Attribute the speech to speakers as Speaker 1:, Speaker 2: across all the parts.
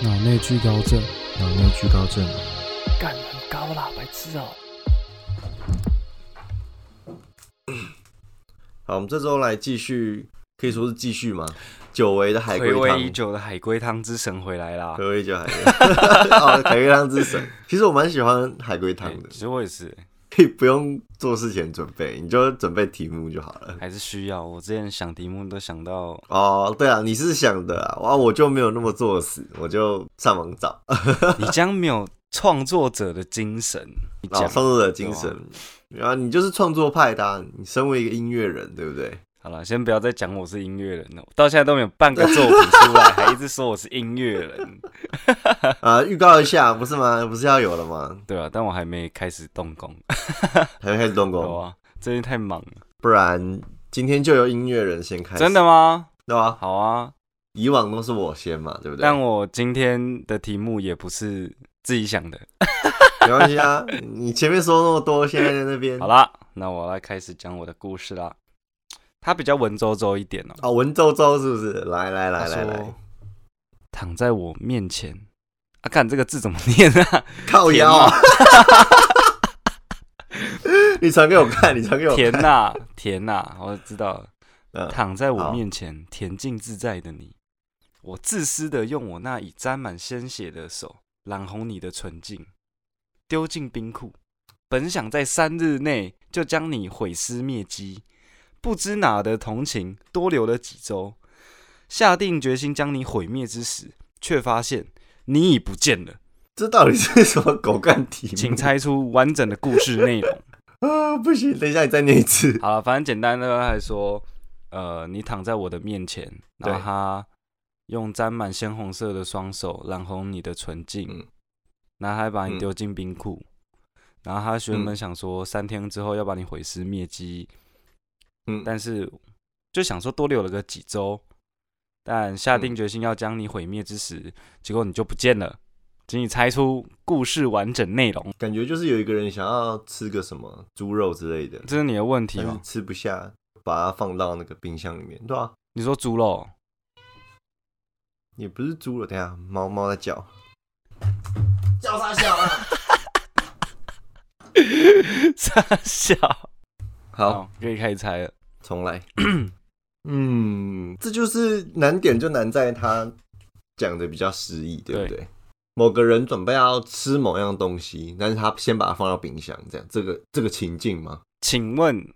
Speaker 1: 脑内聚高症，
Speaker 2: 脑内聚高症，
Speaker 3: 干很高啦，白痴哦、
Speaker 2: 好，我们这周来继续，可以说是继续嘛，久违的海龟
Speaker 4: 回
Speaker 2: 汤
Speaker 4: 味已，久的海龟汤之神回来啦。
Speaker 2: 回味已久海龟， 哦，海龟汤之神。其实我蛮喜欢海龟汤
Speaker 4: 哎
Speaker 2: 的
Speaker 4: 其，实我也是，
Speaker 2: 可以不用做事前准备，你就准备题目就好了。
Speaker 4: 还是需要。我之前想题目都想到，
Speaker 2: 哦，对啊，你是想的啊，哇，我就没有那么作死，我就上网找，
Speaker 4: 你将没有创作者的精神。你
Speaker 2: 老
Speaker 4: 讲
Speaker 2: 创作者精神
Speaker 4: 对啊。
Speaker 2: 然后你就是创作派的、啊，你身为一个音乐人，对不对？
Speaker 4: 好了，先不要再讲我是音乐人了，我到现在都没有半个作品出来，还一直说我是音乐人，
Speaker 2: 啊，预告一下，不是吗？不是要有了吗？
Speaker 4: 对啊，但我还没开始动工，
Speaker 2: 还没开始动
Speaker 4: 有
Speaker 2: 工，
Speaker 4: 啊，最近太忙了。
Speaker 2: 不然今天就由音乐人先开始，
Speaker 4: 真的吗？
Speaker 2: 对吧？
Speaker 4: 好啊，
Speaker 2: 以往都是我先嘛，对不对？啊
Speaker 4: 但我今天的题目也不是自己想的。
Speaker 2: 没关系啊，你前面说那么多，现在在那边
Speaker 4: 好啦，那我来开始讲我的故事啦。它比较文绉绉一点哦、
Speaker 2: 啊，文绉绉是不是？来来来
Speaker 4: 他说
Speaker 2: 来来，
Speaker 4: 躺在我面前。啊，看这个字怎么念 啊？
Speaker 2: 靠
Speaker 4: 田
Speaker 2: 腰啊
Speaker 4: 呐，
Speaker 2: 你传给我看，你传给我
Speaker 4: 田
Speaker 2: 看，
Speaker 4: 呐，田呐，我知道
Speaker 2: 嗯
Speaker 4: 了。躺在我
Speaker 2: 好
Speaker 4: 面前，恬静自在的你，我自私的用我那已沾满鲜血的手染红你的纯净，丢进冰库。本想在三日内就将你毁尸灭迹，不知哪的同情多留了几周，下定决心将你毁灭之时，却发现你已不见了。
Speaker 2: 这到底是什么狗干题目？
Speaker 4: 请猜出完整的故事内容。
Speaker 2: 啊，不行，等一下你再念一次。
Speaker 4: 好了，反正简单的来说，呃，你躺在我的面前，然后
Speaker 2: 对
Speaker 4: 他用沾满鲜红色的双手染红你的唇颈，
Speaker 2: 嗯
Speaker 4: 然后还把你
Speaker 2: 嗯
Speaker 4: 丢进冰库，然后他原本
Speaker 2: 嗯
Speaker 4: 想说三天之后要把你毁尸灭迹，
Speaker 2: 嗯，
Speaker 4: 但是就想说多留了个几周，但下定
Speaker 2: 嗯
Speaker 4: 决心要将你毁灭之时，结果你就不见了。请你猜出故事完整内容，
Speaker 2: 感觉就是有一个人想要吃个什么猪肉之类的，
Speaker 4: 这是你的问题
Speaker 2: 但
Speaker 4: 哦
Speaker 2: 是。吃不下，把它放到那个冰箱里面，对啊，
Speaker 4: 你说猪肉，
Speaker 2: 也不是猪肉，等一下猫猫在叫，叫啥叫啊？
Speaker 4: 傻笑，
Speaker 2: 好，，
Speaker 4: 可以开始猜了。
Speaker 2: 重来。 嗯，这就是难点，就难在他讲的比较诗意，对不对？某个人准备要吃某样东西，但是他先把它放到冰箱，这样这个这个情境吗？
Speaker 4: 请问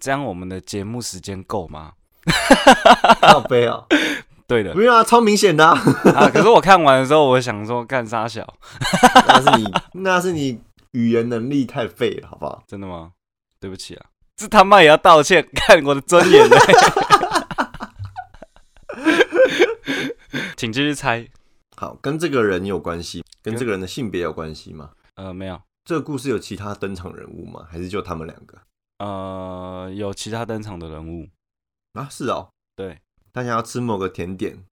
Speaker 4: 这样我们的节目时间够吗？
Speaker 2: 好悲哦，
Speaker 4: 对的
Speaker 2: 没有啊，超明显的、啊，
Speaker 4: 啊，可是我看完的时候，我想说干啥小？
Speaker 2: 那是你那是你语言能力太废了，好不好？
Speaker 4: 真的吗？对不起啊，这他妈也要道歉， 看我的尊严呢。 请继续猜。
Speaker 2: 好，跟这个人有关系，跟这个人的性别有关系吗？
Speaker 4: 呃，没有，
Speaker 2: 这个故事有其他登场人物吗？还是就他们两个
Speaker 4: 呃，有其他登场的人物。
Speaker 2: 啊？是哦，
Speaker 4: 对，
Speaker 2: 他想要吃某个甜点，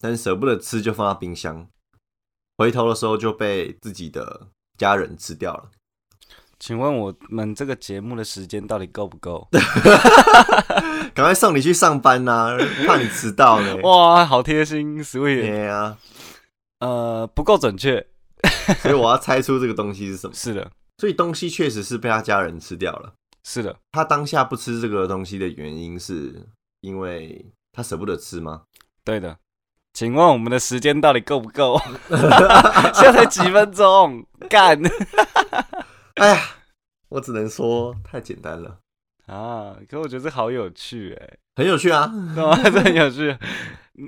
Speaker 2: 但舍不得吃就放到冰箱，回头的时候就被自己的家人吃掉了。
Speaker 4: 请问我们这个节目的时间到底够不够？
Speaker 2: 赶快送你去上班呐、怕你迟到呢。
Speaker 4: 哇，好贴心 ，sweet。
Speaker 2: 对啊，
Speaker 4: 呃，不够准确。
Speaker 2: 所以我要猜出这个东西是什么。
Speaker 4: 是的，
Speaker 2: 所以东西确实是被他家人吃掉了。
Speaker 4: 是的，
Speaker 2: 他当下不吃这个东西的原因是因为他舍不得吃吗？
Speaker 4: 对的。请问我们的时间到底够不够？ 现在才几分钟，干
Speaker 2: 哎呀，我只能说太简单了，
Speaker 4: 啊！可我觉得这好有趣哎、
Speaker 2: 很有趣啊。
Speaker 4: 对 吗？这很有趣。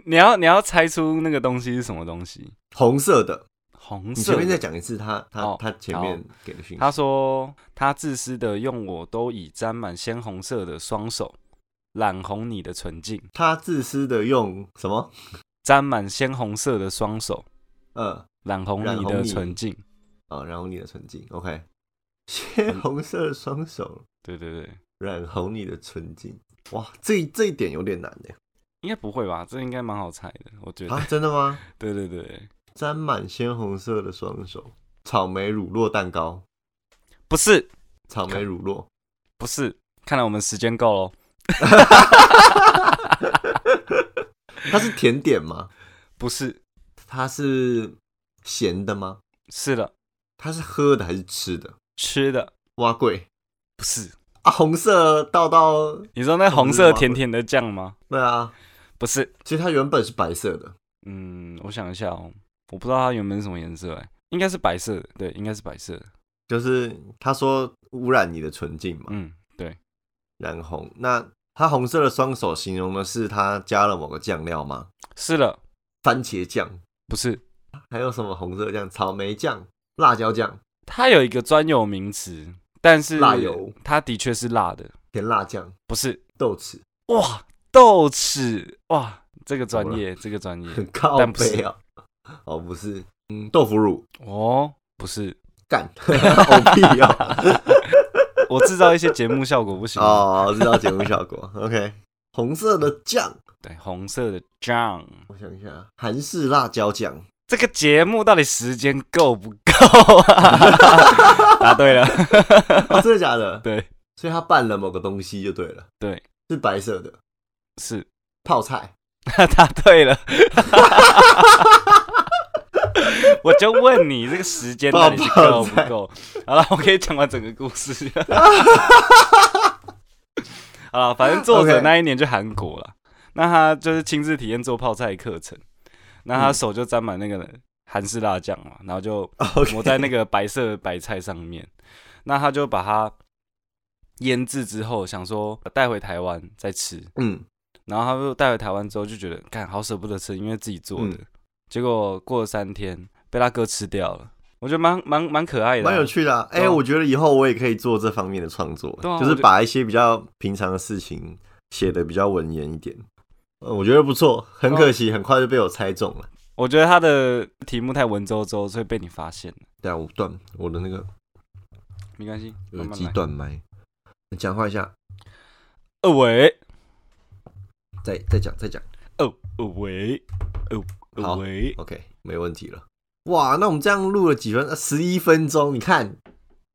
Speaker 4: 你要你要猜出那个东西是什么东西？
Speaker 2: 红色的，
Speaker 4: 红
Speaker 2: 你
Speaker 4: 色
Speaker 2: 前面再
Speaker 4: 的。
Speaker 2: 讲一次他他、
Speaker 4: 哦
Speaker 2: 他前面给的讯息。
Speaker 4: 他说他自私的用我都已沾满鲜红色的双手染红你的纯净，
Speaker 2: 他自私的用什么？
Speaker 4: 沾满鲜红色的双手
Speaker 2: 嗯
Speaker 4: 染红
Speaker 2: 染
Speaker 4: 你
Speaker 2: 红
Speaker 4: 的
Speaker 2: 你
Speaker 4: 纯净。
Speaker 2: 啊，染红你的纯净。OK，鲜红色的双手
Speaker 4: 对对对，
Speaker 2: 染红你的纯净。哇，这一这一点有点难呢。
Speaker 4: 应该不会吧？这应该蛮好猜的，我觉得。
Speaker 2: 啊，真的吗？
Speaker 4: 对对对，
Speaker 2: 沾满鲜红色的双手，草莓乳酪蛋糕，
Speaker 4: 不是
Speaker 2: 草莓乳酪。
Speaker 4: 不是，看来我们时间够喽。
Speaker 2: 它是甜点吗？
Speaker 4: 不是，
Speaker 2: 它是咸的吗？
Speaker 4: 是的，
Speaker 2: 它是喝的还是吃的？
Speaker 4: 吃的
Speaker 2: 蛙桂
Speaker 4: 不是。
Speaker 2: 啊，红色倒到
Speaker 4: 你说那红色甜甜的酱吗？
Speaker 2: 对啊，
Speaker 4: 不是，
Speaker 2: 其实它原本是白色的，
Speaker 4: 嗯，我想一下哦，我不知道它原本是什么颜色、哎，应该是白色的，对，应该是白色的，
Speaker 2: 就是他说污染你的纯净嘛，
Speaker 4: 嗯，对，
Speaker 2: 染红。那它红色的双手形容的是它加了某个酱料吗？
Speaker 4: 是的，
Speaker 2: 番茄酱，
Speaker 4: 不是，
Speaker 2: 还有什么红色酱？草莓酱、辣椒酱、
Speaker 4: 它有一个专有名词，但是
Speaker 2: 辣油
Speaker 4: 它的确是辣的，
Speaker 2: 甜辣酱、
Speaker 4: 不是，
Speaker 2: 豆豉，
Speaker 4: 哇，豆豉，哇，这个专业，这个专业，
Speaker 2: 很靠
Speaker 4: 但不是
Speaker 2: 背啊。哦，不是，嗯，豆腐乳，
Speaker 4: 哦，不是，
Speaker 2: 干， 好屁 哦。
Speaker 4: 我制造一些节目效果不 行吗，
Speaker 2: 哦，知道节目效果。OK，红色的酱，
Speaker 4: 对，红色的酱，
Speaker 2: 我想一下，韩式辣椒酱。
Speaker 4: 这个节目到底时间够不够啊？答对了，
Speaker 2: 哦，真的假的？
Speaker 4: 对
Speaker 2: 所以他拌了某个东西就对了，
Speaker 4: 对，
Speaker 2: 是白色的
Speaker 4: 是，
Speaker 2: 泡菜。
Speaker 4: 答对了。我就问你，这个时间到底是够不够？好了，我可以讲完整个故事。好了，反正作者
Speaker 2: OK
Speaker 4: 那一年去韩国了，那他就是亲自体验做泡菜课程，那他手就沾满那个韩式辣酱嘛，然后就
Speaker 2: 哦 OK，
Speaker 4: 抹在那个白色白菜上面。那他就把它腌制之后，想说带回台湾再吃。
Speaker 2: 嗯，
Speaker 4: 然后他就带回台湾之后，就觉得干好舍不得吃，因为自己做的。
Speaker 2: 嗯
Speaker 4: 结果过了三天，被他哥吃掉了。我觉得蛮蛮蛮可爱的啊、
Speaker 2: 蛮有趣的啊。哎、
Speaker 4: 对啊
Speaker 2: 我觉得以后我也可以做这方面的创作，
Speaker 4: 对啊
Speaker 2: 就是
Speaker 4: 我觉
Speaker 2: 把一些比较平常的事情写的比较文言一点。呃，我觉得不错，很可
Speaker 4: 啊
Speaker 2: 惜，很快就被我猜中了。
Speaker 4: 我觉得他的题目太文绉绉，所以被你发现了。
Speaker 2: 对啊，我断我的那个
Speaker 4: 没关系，
Speaker 2: 耳
Speaker 4: 慢慢
Speaker 2: 机
Speaker 4: 来。
Speaker 2: 断麦，你讲话一下，
Speaker 4: 二维，
Speaker 2: 再再讲再讲。
Speaker 4: 哦，二维，哦，二
Speaker 2: 好
Speaker 4: 维，
Speaker 2: OK，没问题了。哇，那我们这样录了几分？呃十一分钟，你看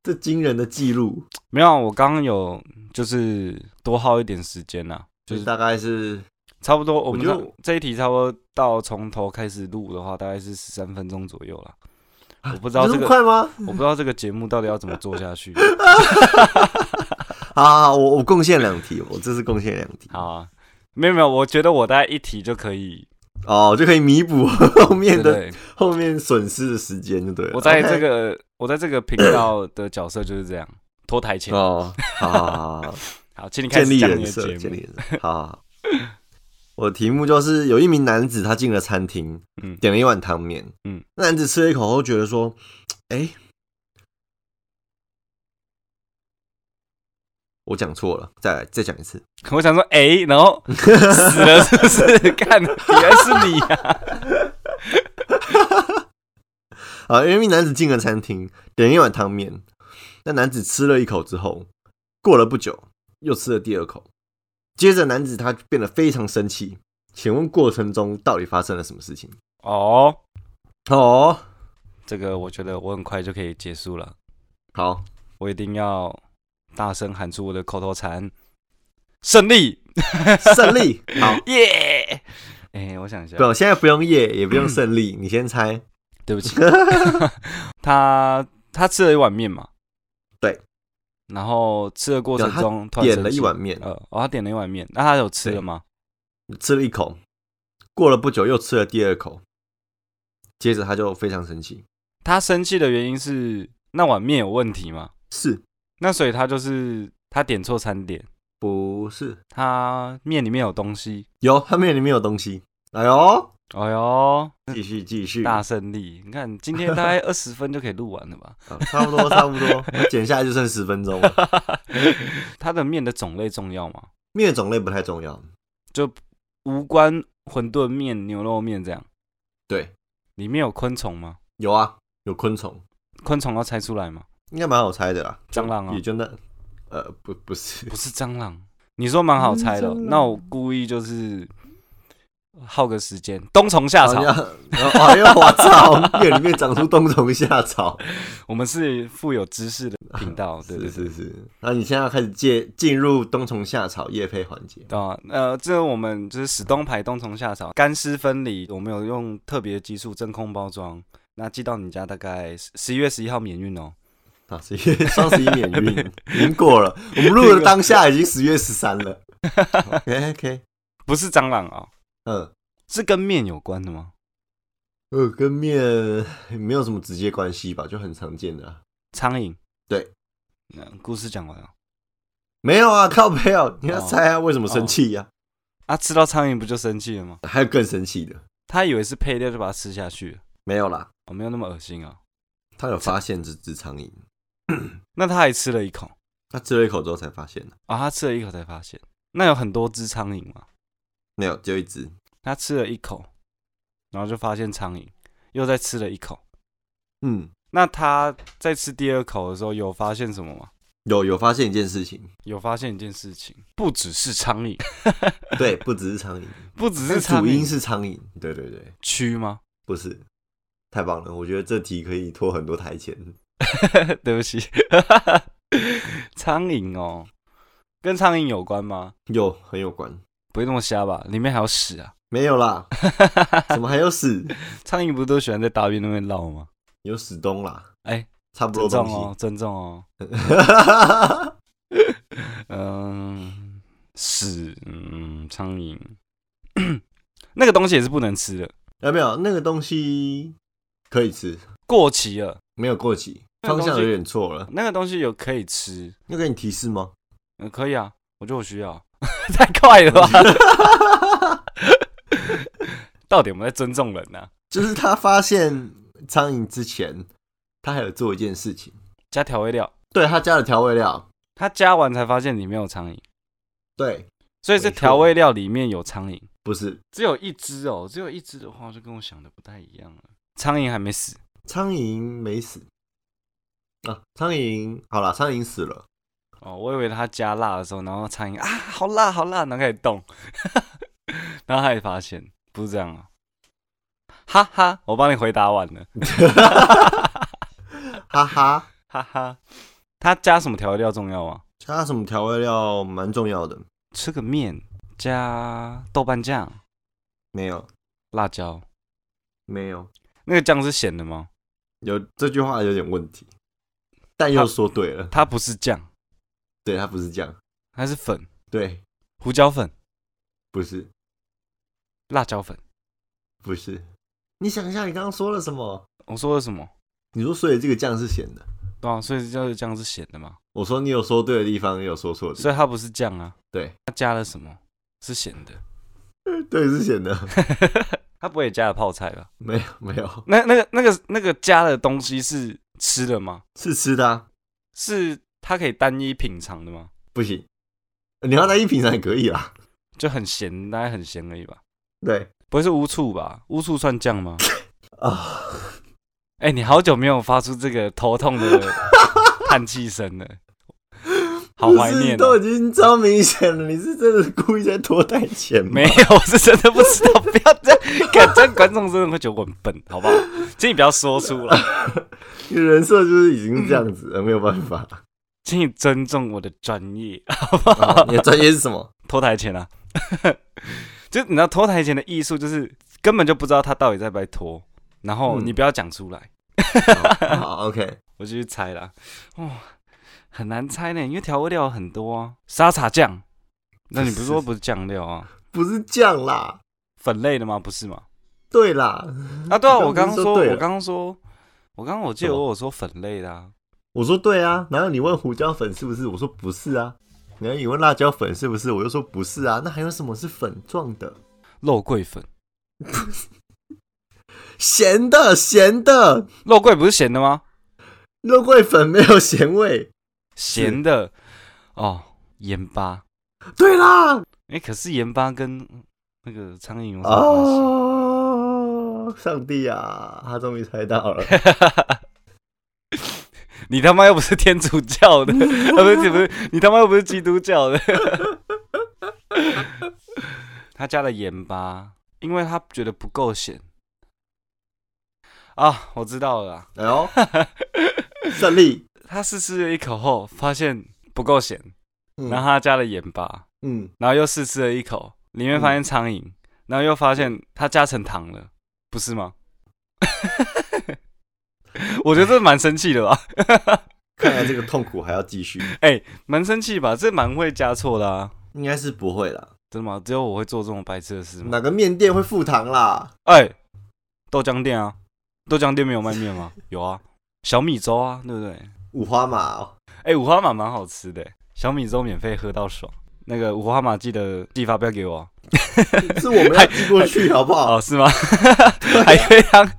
Speaker 2: 这惊人的记录，
Speaker 4: 没有啊，我刚刚有就是多耗一点时间啊啦、就
Speaker 2: 就是
Speaker 4: 是
Speaker 2: 大概是
Speaker 4: 差不多，我们
Speaker 2: 觉得
Speaker 4: 这这一题差不多到从头开始录的话，大概是十三分钟左右了。我不知道
Speaker 2: 有啊
Speaker 4: 这
Speaker 2: 这么
Speaker 4: 个，
Speaker 2: 快 吗？
Speaker 4: 我不知道这个节目到底要怎么做下去。
Speaker 2: 好好好，我我贡献两题，我这次贡献两题，
Speaker 4: 好啊，没有没有，我觉得我大概一题就 可以，
Speaker 2: 哦，就可以弥补后
Speaker 4: 对
Speaker 2: 面
Speaker 4: 不
Speaker 2: 的
Speaker 4: 对？
Speaker 2: 后面损失的时间，就对了。
Speaker 4: 我在这
Speaker 2: OK
Speaker 4: 个我在这个频道的角色就是这样，拖台前。
Speaker 2: 哦，好好好好，
Speaker 4: 好， 请你开
Speaker 2: 建
Speaker 4: 始
Speaker 2: 立
Speaker 4: 讲你
Speaker 2: 人
Speaker 4: 的
Speaker 2: 设，
Speaker 4: 节
Speaker 2: 建立
Speaker 4: 目。
Speaker 2: 人设，好好好。我的题目就是有一名男子，他进了餐厅，
Speaker 4: 嗯，
Speaker 2: 点了一碗汤面，
Speaker 4: 嗯
Speaker 2: 嗯，那男子吃了一口后觉得说，哎、我讲错了，再来再讲一次，
Speaker 4: 我想说，哎、然后死了是不是？看，原来是你啊！
Speaker 2: 啊，有一名男子进了餐厅，点了一碗汤面。那男子吃了一口之后，过了不久又吃了第二口。接着，男子他变得非常生气。请问过程中到底发生了什么事情？
Speaker 4: 哦，
Speaker 2: 哦，
Speaker 4: 这个我觉得我很快就可以结束了。
Speaker 2: 好，
Speaker 4: 我一定要大声喊出我的口头禅：胜利，
Speaker 2: 胜 利，好，
Speaker 4: 耶！哎、我想一下，
Speaker 2: 不，现在不用耶，也不
Speaker 4: 嗯
Speaker 2: 用胜利，你先 猜。
Speaker 4: 对不起，他他吃了一碗面嘛，
Speaker 2: 对，
Speaker 4: 然后吃的过程中突然
Speaker 2: 点
Speaker 4: 生
Speaker 2: 了一
Speaker 4: 气
Speaker 2: 碗面，
Speaker 4: 呃，哦，他点了一碗面，那他有吃
Speaker 2: 对
Speaker 4: 了吗？
Speaker 2: 吃了一口，过了不久又吃了第二口。接着他就非常生气，
Speaker 4: 他生气的原因是那碗面有问题吗？
Speaker 2: 是
Speaker 4: 那所以他就是他点错餐点，
Speaker 2: 不是？
Speaker 4: 他面里面有东西。
Speaker 2: 有，他面里面有东西。哎呦，
Speaker 4: 哎呦，
Speaker 2: 继续继续，嗯
Speaker 4: 大胜利！你看今天大概二十分就可以录完了吧？
Speaker 2: 啊差不多，差不多， 剪下来就剩十分钟了。
Speaker 4: 它的面的种类重要吗？
Speaker 2: 面种类不太重要，
Speaker 4: 无关馄饨面、牛肉面这样，
Speaker 2: 对，
Speaker 4: 里面有昆虫吗？
Speaker 2: 有啊，有昆虫，
Speaker 4: 昆虫要猜出来吗？
Speaker 2: 应该蛮好猜的啦。
Speaker 4: 蟑螂啊
Speaker 2: 也就那，呃，不，不是
Speaker 4: 不，是蟑螂，你说蛮好猜的哦、
Speaker 2: 嗯不是蟑螂
Speaker 4: 那我故意就是耗个时间，冬虫夏
Speaker 2: 好
Speaker 4: 草。
Speaker 2: 像哎呦，我操！ 面里面长出冬虫夏草，
Speaker 4: 我们是富有知识的频道，对对
Speaker 2: 是
Speaker 4: 对。
Speaker 2: 是是。那你现在开始介进入冬虫夏草叶配环节，
Speaker 4: 啊，呃，这我们就是始东牌冬虫夏草，干湿分离，我们有用特别技术真空包装，那寄到你家大概十一月十一号免运哦。
Speaker 2: 啊，十一双十一免 运已经过了，我们录的当下已经十月十三 了。OK OK，
Speaker 4: 不是蟑螂啊、
Speaker 2: 嗯
Speaker 4: 是跟面有关的吗？
Speaker 2: 呃，跟面没有什么直接关系吧，就很常见的、啊。
Speaker 4: 苍蝇。
Speaker 2: 对
Speaker 4: 那，故事讲完了
Speaker 2: 没有啊，靠背哦，你要猜他为什么生气呀、
Speaker 4: 啊，吃到苍蝇不就生气了吗？
Speaker 2: 还有更生气的，
Speaker 4: 他以为是配料就把它吃下去了，
Speaker 2: 没有啦，
Speaker 4: 哦，没有那么恶心啊。
Speaker 2: 他有发现这只苍蝇，
Speaker 4: 那他还吃了一口
Speaker 2: 他吃了一口之后才发现的，
Speaker 4: 啊、他吃了一口才发现，那有很多只苍蝇嘛。
Speaker 2: 没有，就一只。
Speaker 4: 他吃了一口，然后就发现苍蝇，又再吃了一口。
Speaker 2: 嗯，
Speaker 4: 那他在吃第二口的时候，有发现什么吗？
Speaker 2: 有有发现一件事情，
Speaker 4: 有发现一件事情，不只是苍蝇，
Speaker 2: 对，不只是苍蝇，
Speaker 4: 不只
Speaker 2: 但
Speaker 4: 是苍
Speaker 2: 主因
Speaker 4: 蝇
Speaker 2: 是苍蝇，对对对，
Speaker 4: 蛆吗？
Speaker 2: 不是，太棒了，我觉得这题可以拖很多台前。
Speaker 4: 对不起， 苍蝇哦，跟苍蝇有关吗？
Speaker 2: 有很有关，
Speaker 4: 不会那么瞎吧？里面还有屎啊！
Speaker 2: 没有 啦，怎么还有屎？
Speaker 4: 苍蝇不是都喜欢在大便那边绕吗？
Speaker 2: 有屎东啦，
Speaker 4: 哎
Speaker 2: 差不多
Speaker 4: 尊
Speaker 2: 东
Speaker 4: 重哦
Speaker 2: 西。，
Speaker 4: 尊重哦。
Speaker 2: 哦
Speaker 4: 嗯，屎，嗯，苍蝇， 那个东西也是不能吃的，
Speaker 2: 有没有那个东西可以吃？
Speaker 4: 过期了。
Speaker 2: 没有过期，
Speaker 4: 那个
Speaker 2: 方
Speaker 4: 东西
Speaker 2: 向有点错了。
Speaker 4: 那个东西有可以吃，
Speaker 2: 要给你提示吗？
Speaker 4: 嗯、可以啊，我觉得我需要， 太快了吧？ 到底有没有在尊重人呢、啊？
Speaker 2: 就是他发现苍蝇之前，他还有做一件事情，
Speaker 4: 加调味料，
Speaker 2: 对他加了调味料，
Speaker 4: 他加完才发现里面有苍蝇，
Speaker 2: 对，
Speaker 4: 所以是
Speaker 2: 没错
Speaker 4: 调味料里面有苍蝇，
Speaker 2: 不是
Speaker 4: 只有一只哦，只有一只的话就跟我想的不太一样了。苍蝇还没死，
Speaker 2: 苍蝇没死啊，苍蝇好了，苍蝇死了，
Speaker 4: 哦，我以为它加辣的时候，然后苍蝇啊，好辣好辣，然后开始动， 然后他也发现不是这样啊，哈哈，我帮你回答完了，
Speaker 2: 哈哈。
Speaker 4: 哈哈，它加什么调味料重要吗？
Speaker 2: 加什么调味料蛮重要的，
Speaker 4: 吃个面加豆瓣酱、
Speaker 2: 没有
Speaker 4: 辣椒，
Speaker 2: 没有，
Speaker 4: 那个酱是咸的吗？
Speaker 2: 有这句话有点问题，但又说对了，
Speaker 4: 它不是酱，
Speaker 2: 对他不是这样，
Speaker 4: 它是粉，
Speaker 2: 对，
Speaker 4: 胡椒粉、
Speaker 2: 不是
Speaker 4: 辣椒粉。
Speaker 2: 不是，你想一下你刚刚说了什么？
Speaker 4: 我说的什么？
Speaker 2: 你说所以这个酱是咸的，
Speaker 4: 对啊，所以就是酱是咸的嘛，
Speaker 2: 我说你有说对的地方，也有说错的地方，
Speaker 4: 所以它不是酱啊，
Speaker 2: 对
Speaker 4: 它加了什么？是咸的，
Speaker 2: 对是咸的，
Speaker 4: 它不会也加了泡菜吧？
Speaker 2: 没有没有
Speaker 4: 那那个那个那个加的东西是吃的吗？
Speaker 2: 是吃的、啊，
Speaker 4: 是它可以单一品尝的吗？
Speaker 2: 不行，你要在一品尝也可以啦，
Speaker 4: 就很咸，大概很咸而已吧。
Speaker 2: 对
Speaker 4: 不会是乌醋吧？乌醋算酱吗？
Speaker 2: 啊，
Speaker 4: 哎、你好久没有发出这个头痛的叹气声了， 好怀
Speaker 2: 不是
Speaker 4: 念、
Speaker 2: 都
Speaker 4: 哦。
Speaker 2: 已经超明显了，你是真的故意在拖带钱吗？
Speaker 4: 没有，我是真的不知道，不要这样，看这样观众真的会觉得我很笨，好不好？请你不要说出来，
Speaker 2: 你的人设就是已经这样子了，没有办 法。
Speaker 4: 请你尊重我的专业。
Speaker 2: 啊你的专业是什么？
Speaker 4: 脱台前啊， 就你知道脱台前的艺术，就是根本就不知道他到底在不在脱，然后
Speaker 2: 嗯
Speaker 4: 你不要讲出来，
Speaker 2: 好好，OK，
Speaker 4: 我就去猜啦。哇、很难猜呢，因为调味料很多啊，沙茶酱，那你不是 说不是酱料啊？
Speaker 2: 不是酱啦，
Speaker 4: 粉类的吗？不是吗？
Speaker 2: 对啦。
Speaker 4: 啊，对啊，我
Speaker 2: 你刚刚不
Speaker 4: 刚刚说，
Speaker 2: 是说对了
Speaker 4: 我刚刚说，我刚刚我记得
Speaker 2: 什么
Speaker 4: 我有说粉类的啊，
Speaker 2: 我说对啊，然后你问胡椒粉是不是？我说不是啊。然后你问辣椒粉是不是？我又说不是啊。那还有什么是粉状的？
Speaker 4: 肉桂粉，
Speaker 2: 咸的，咸的，
Speaker 4: 肉桂不是咸的吗？
Speaker 2: 肉桂粉没有咸味。
Speaker 4: 咸的哦，盐巴，
Speaker 2: 对啦，
Speaker 4: 哎、可是盐巴跟那个苍蝇有什么关系？
Speaker 2: 哦，上帝啊，他终于猜到了。
Speaker 4: 你他妈又不是天主教的，啊不是不是，你他妈又不是基督教的。他加了盐巴，因为他觉得不够咸。啊，我知道了啦。
Speaker 2: 哎 呦，胜利。
Speaker 4: 他试吃了一口后，发现不够咸，
Speaker 2: 嗯
Speaker 4: 然后他加了盐巴，
Speaker 2: 嗯，
Speaker 4: 然后又试吃了一口，里面发现苍蝇，然后又发现他加成糖了，不是吗？ 我觉得这蛮生气的吧？
Speaker 2: 看来这个痛苦还要继续，
Speaker 4: 哎、蛮生气吧？这蛮会加错的啊！
Speaker 2: 应该是不会啦。
Speaker 4: 真的吗？只有我会做这种白痴的事吗？
Speaker 2: 哪个面店会附糖啦？
Speaker 4: 哎、豆浆店啊，豆浆店没有卖面吗？有啊，小米粥啊，对不对？
Speaker 2: 五花马、哦，
Speaker 4: 哎、五花马蛮好吃的，小米粥免费喝到爽。那个五花马记得寄发票给我啊
Speaker 2: 是我们要寄过 去好不好？
Speaker 4: 哦，是吗？海龟汤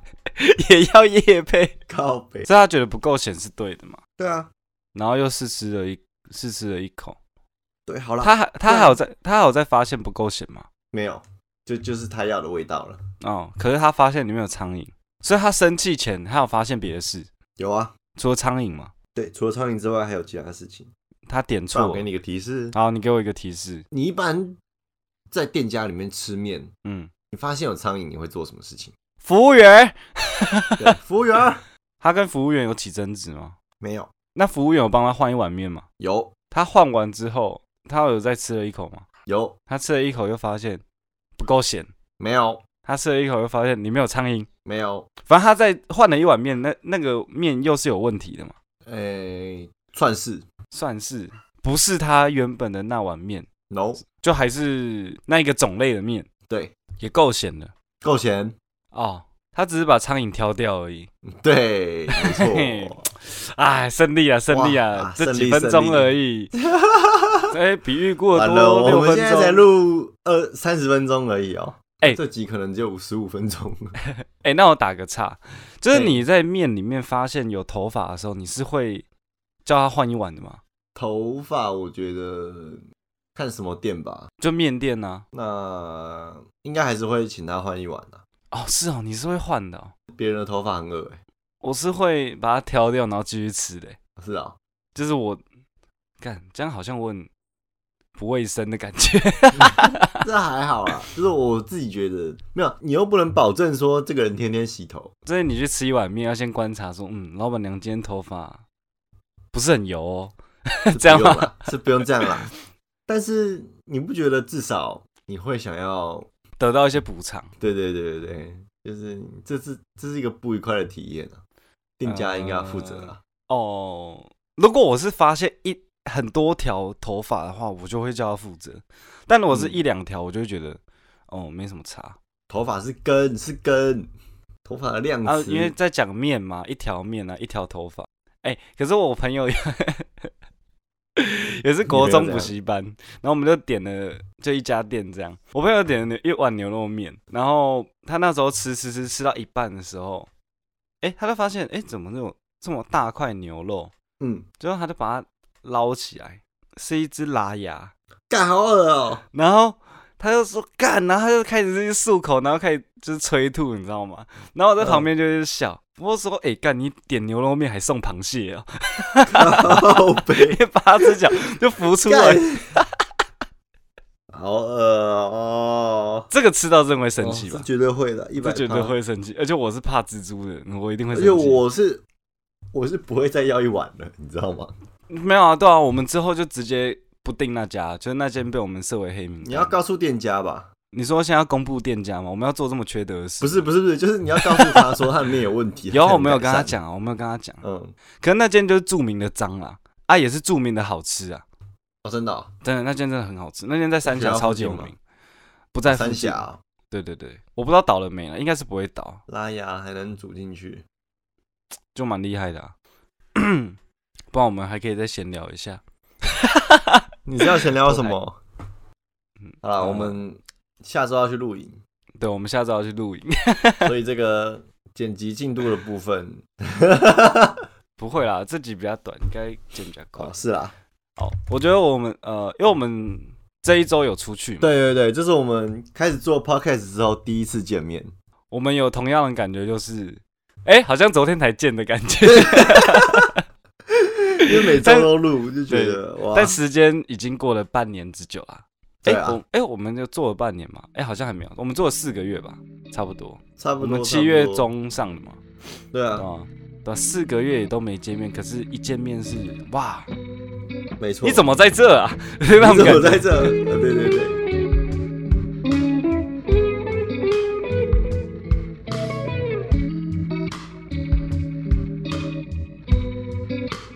Speaker 4: 也要夜配，
Speaker 2: 靠北。
Speaker 4: 这他觉得不够咸是对的嘛？
Speaker 2: 对啊，
Speaker 4: 然后又试吃了一试吃了一口，
Speaker 2: 对，好啦，
Speaker 4: 他还他
Speaker 2: 对啊
Speaker 4: 还有在他还有在发现不够咸吗？
Speaker 2: 没有，就就是他要的味道了。
Speaker 4: 哦，可是他发现里面有苍蝇，所以他生气前他有发现别的事，
Speaker 2: 有啊，
Speaker 4: 除了苍蝇嘛，
Speaker 2: 对，除了苍蝇之外还有其他事情。
Speaker 4: 他点
Speaker 2: 算
Speaker 4: 错
Speaker 2: 我。给你个提示，
Speaker 4: 好，你给我一个提示。
Speaker 2: 你一般在店家里面吃面，
Speaker 4: 嗯，
Speaker 2: 你发现有苍蝇，你会做什么事情？
Speaker 4: 服务员，
Speaker 2: 对服务员儿
Speaker 4: 他跟服务员有起争执吗？
Speaker 2: 没有，
Speaker 4: 那服务员有帮他换一碗面吗？
Speaker 2: 有
Speaker 4: 他换完之后，他有再吃了一口吗？
Speaker 2: 有
Speaker 4: 他吃了一口又发现不够咸，
Speaker 2: 没有
Speaker 4: 他吃了一口又发现里面有苍蝇。
Speaker 2: 没有，
Speaker 4: 反正他在换了一碗面，那那个面又是有问题的嘛，
Speaker 2: 诶、算是
Speaker 4: 算是不是他原本的那碗面，
Speaker 2: no，
Speaker 4: 就还是那一个种类的面，
Speaker 2: 对，
Speaker 4: 也够咸的
Speaker 2: 够咸，
Speaker 4: 哦。他只是把苍蝇挑掉而已，
Speaker 2: 对，
Speaker 4: 嘿
Speaker 2: 没错，
Speaker 4: 哎，胜利啊，胜利
Speaker 2: 哇
Speaker 4: 啊
Speaker 2: 啊，
Speaker 4: 这
Speaker 2: 胜
Speaker 4: 几
Speaker 2: 利
Speaker 4: 分钟
Speaker 2: 胜利
Speaker 4: 而 已，哎，比预估的
Speaker 2: 完了，
Speaker 4: 多
Speaker 2: 我
Speaker 4: 六
Speaker 2: 们
Speaker 4: 分
Speaker 2: 现在才
Speaker 4: 钟。
Speaker 2: 录二三十分钟而已哦。
Speaker 4: 哎
Speaker 2: 这集可能只有十五分钟。
Speaker 4: 哎，那我打个岔，就是
Speaker 2: 对
Speaker 4: 你在面里面发现有头发的时候，你是会叫他换一碗的吗？
Speaker 2: 头发我觉得看什么店吧，
Speaker 4: 就面啊店呢、
Speaker 2: 那应该还是会请他换一碗的、
Speaker 4: 哦，是哦，你是会换的、哦，
Speaker 2: 别人的头发很恶欸
Speaker 4: 我是会把它挑掉，然后继续吃的。
Speaker 2: 是 啊，
Speaker 4: 就是我干这样好像我很不卫生的感觉。
Speaker 2: 嗯这还好啦，就是我自己觉得没有，你又不能保证说这个人天天洗头，
Speaker 4: 所以你去吃一碗面，要先观察说，嗯，老板娘今天头发不是很油哦，
Speaker 2: 是不
Speaker 4: 这样
Speaker 2: 用
Speaker 4: 吗
Speaker 2: 啦，是不用这样啦。但是你不觉得至少你会想要？
Speaker 4: 得到一些补偿。
Speaker 2: 对对对对对，就是这是这是一个不愉快的体验啊，店家应该要负责
Speaker 4: 呃
Speaker 2: 啊。
Speaker 4: 哦，如果我是发现一很多条头发的话，我就会叫他负责；但如果是一两条，我就会觉得哦没什么差
Speaker 2: 头发是根是根，头发的量
Speaker 4: 啊，
Speaker 2: 词、
Speaker 4: 因为在讲面嘛，一条面啊，一条头发。哎、可是我朋友 也是国中补习班，然后我们就点了就一家店这样，我朋友点了一碗牛肉面，然后他那时候吃吃吃吃到一半的时候，哎、他就发现哎、怎么那种这么大块牛肉，
Speaker 2: 嗯，
Speaker 4: 最后他就把它捞起来，是一只拉牙，
Speaker 2: 干好恶哦、
Speaker 4: 然后他就说干，然后他就开始去漱口，然后开始就是催吐，你知道吗？然后我在旁边就是笑，我说哎、干，你点牛肉面还送螃蟹哦，
Speaker 2: 靠背，
Speaker 4: 一八只脚就浮出来
Speaker 2: 干，好恶哦、
Speaker 4: 这个吃到真的会生气
Speaker 2: 哦
Speaker 4: 吧
Speaker 2: 是？绝对会的，一
Speaker 4: 这
Speaker 2: 百
Speaker 4: 绝对。会生气，而且我是怕蜘蛛的，我一定会
Speaker 2: 而
Speaker 4: 生
Speaker 2: 且
Speaker 4: 气。
Speaker 2: 我是我是不会再要一碗了，你知道 吗？
Speaker 4: 没有啊，对啊，我们之后就直接不订那家，就是那间被我们设为黑名单。
Speaker 2: 你要告诉店家吧？
Speaker 4: 你说现在要公布店家吗？我们要做这么缺德的事？
Speaker 2: 不是不是不是，就是你要告诉他说他的面有问 题。
Speaker 4: 有
Speaker 2: 才
Speaker 4: 啊，
Speaker 2: 能
Speaker 4: 我没有跟
Speaker 2: 改
Speaker 4: 他
Speaker 2: 善。
Speaker 4: 讲啊，我没有跟他讲。
Speaker 2: 嗯，
Speaker 4: 可是那间就是著名的脏啦，啊，也是著名的好吃啊，
Speaker 2: 哦，真的哦、
Speaker 4: 真的那间真的很好吃，那间在三峡
Speaker 2: 学校
Speaker 4: 超级有
Speaker 2: 附近吗
Speaker 4: 名，不在附
Speaker 2: 三
Speaker 4: 近
Speaker 2: 峡、哦、
Speaker 4: 对对对，我不知道倒了没了，应该是不会倒，
Speaker 2: 拉牙还能煮进去，
Speaker 4: 就蛮厉害的、 啊。不然我们还可以再闲聊一下。
Speaker 2: 你知道闲聊什么？
Speaker 4: 嗯，
Speaker 2: 好啦，
Speaker 4: 嗯
Speaker 2: 我们下周要去露营，
Speaker 4: 对，我们下周要去露营，
Speaker 2: 所以这个剪辑进度的部 分，
Speaker 4: 不会啦，这集比较短，应该剪比较快
Speaker 2: 哦，。是啦，
Speaker 4: 好，我觉得我们呃，因为我们这一周有出去嘛，
Speaker 2: 对对对，这是我们开始做 podcast 之后第一次见面，
Speaker 4: 我们有同样的感觉，就是哎、好像昨天才见的感 觉，
Speaker 2: 因为每周都录，就觉得哇，
Speaker 4: 但时间已经过了半年之久啊。
Speaker 2: 对
Speaker 4: 哎、
Speaker 2: 啊
Speaker 4: 我哎、我们就做了半年嘛，哎、好像还没有，我们做了四个月吧，差不多。
Speaker 2: 差不
Speaker 4: 我
Speaker 2: 多
Speaker 4: 们七月，
Speaker 2: 差不多
Speaker 4: 中上的嘛，
Speaker 2: 对
Speaker 4: 对
Speaker 2: 啊，
Speaker 4: 吧？对吧，四个月也都没见面，可是一见面是哇，
Speaker 2: 没错，
Speaker 4: 你怎么在这啊？ 那
Speaker 2: 啊你
Speaker 4: 种
Speaker 2: 怎
Speaker 4: 感
Speaker 2: 么
Speaker 4: 觉
Speaker 2: 在。这？呃对对对。见。